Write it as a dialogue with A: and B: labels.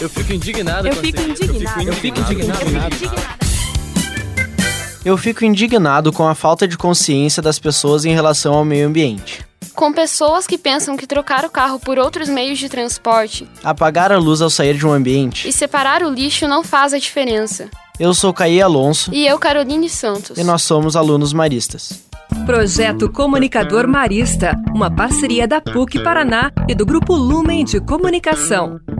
A: Eu fico indignado
B: Eu
A: com
B: fico
A: essa-
B: indignado.
A: Eu fico indignado.
B: Eu fico indignada.
C: Eu fico indignado com a falta de consciência das pessoas em relação ao meio ambiente.
D: Com pessoas que pensam que trocar o carro por outros meios de transporte
C: Apagar a luz ao sair de um ambiente.
D: e separar o lixo não faz a diferença.
C: Eu sou Caí Alonso
D: E eu, Caroline Santos.
C: e nós somos alunos maristas.
E: Projeto Comunicador Marista, uma parceria da PUC Paraná e do Grupo Lumen de Comunicação.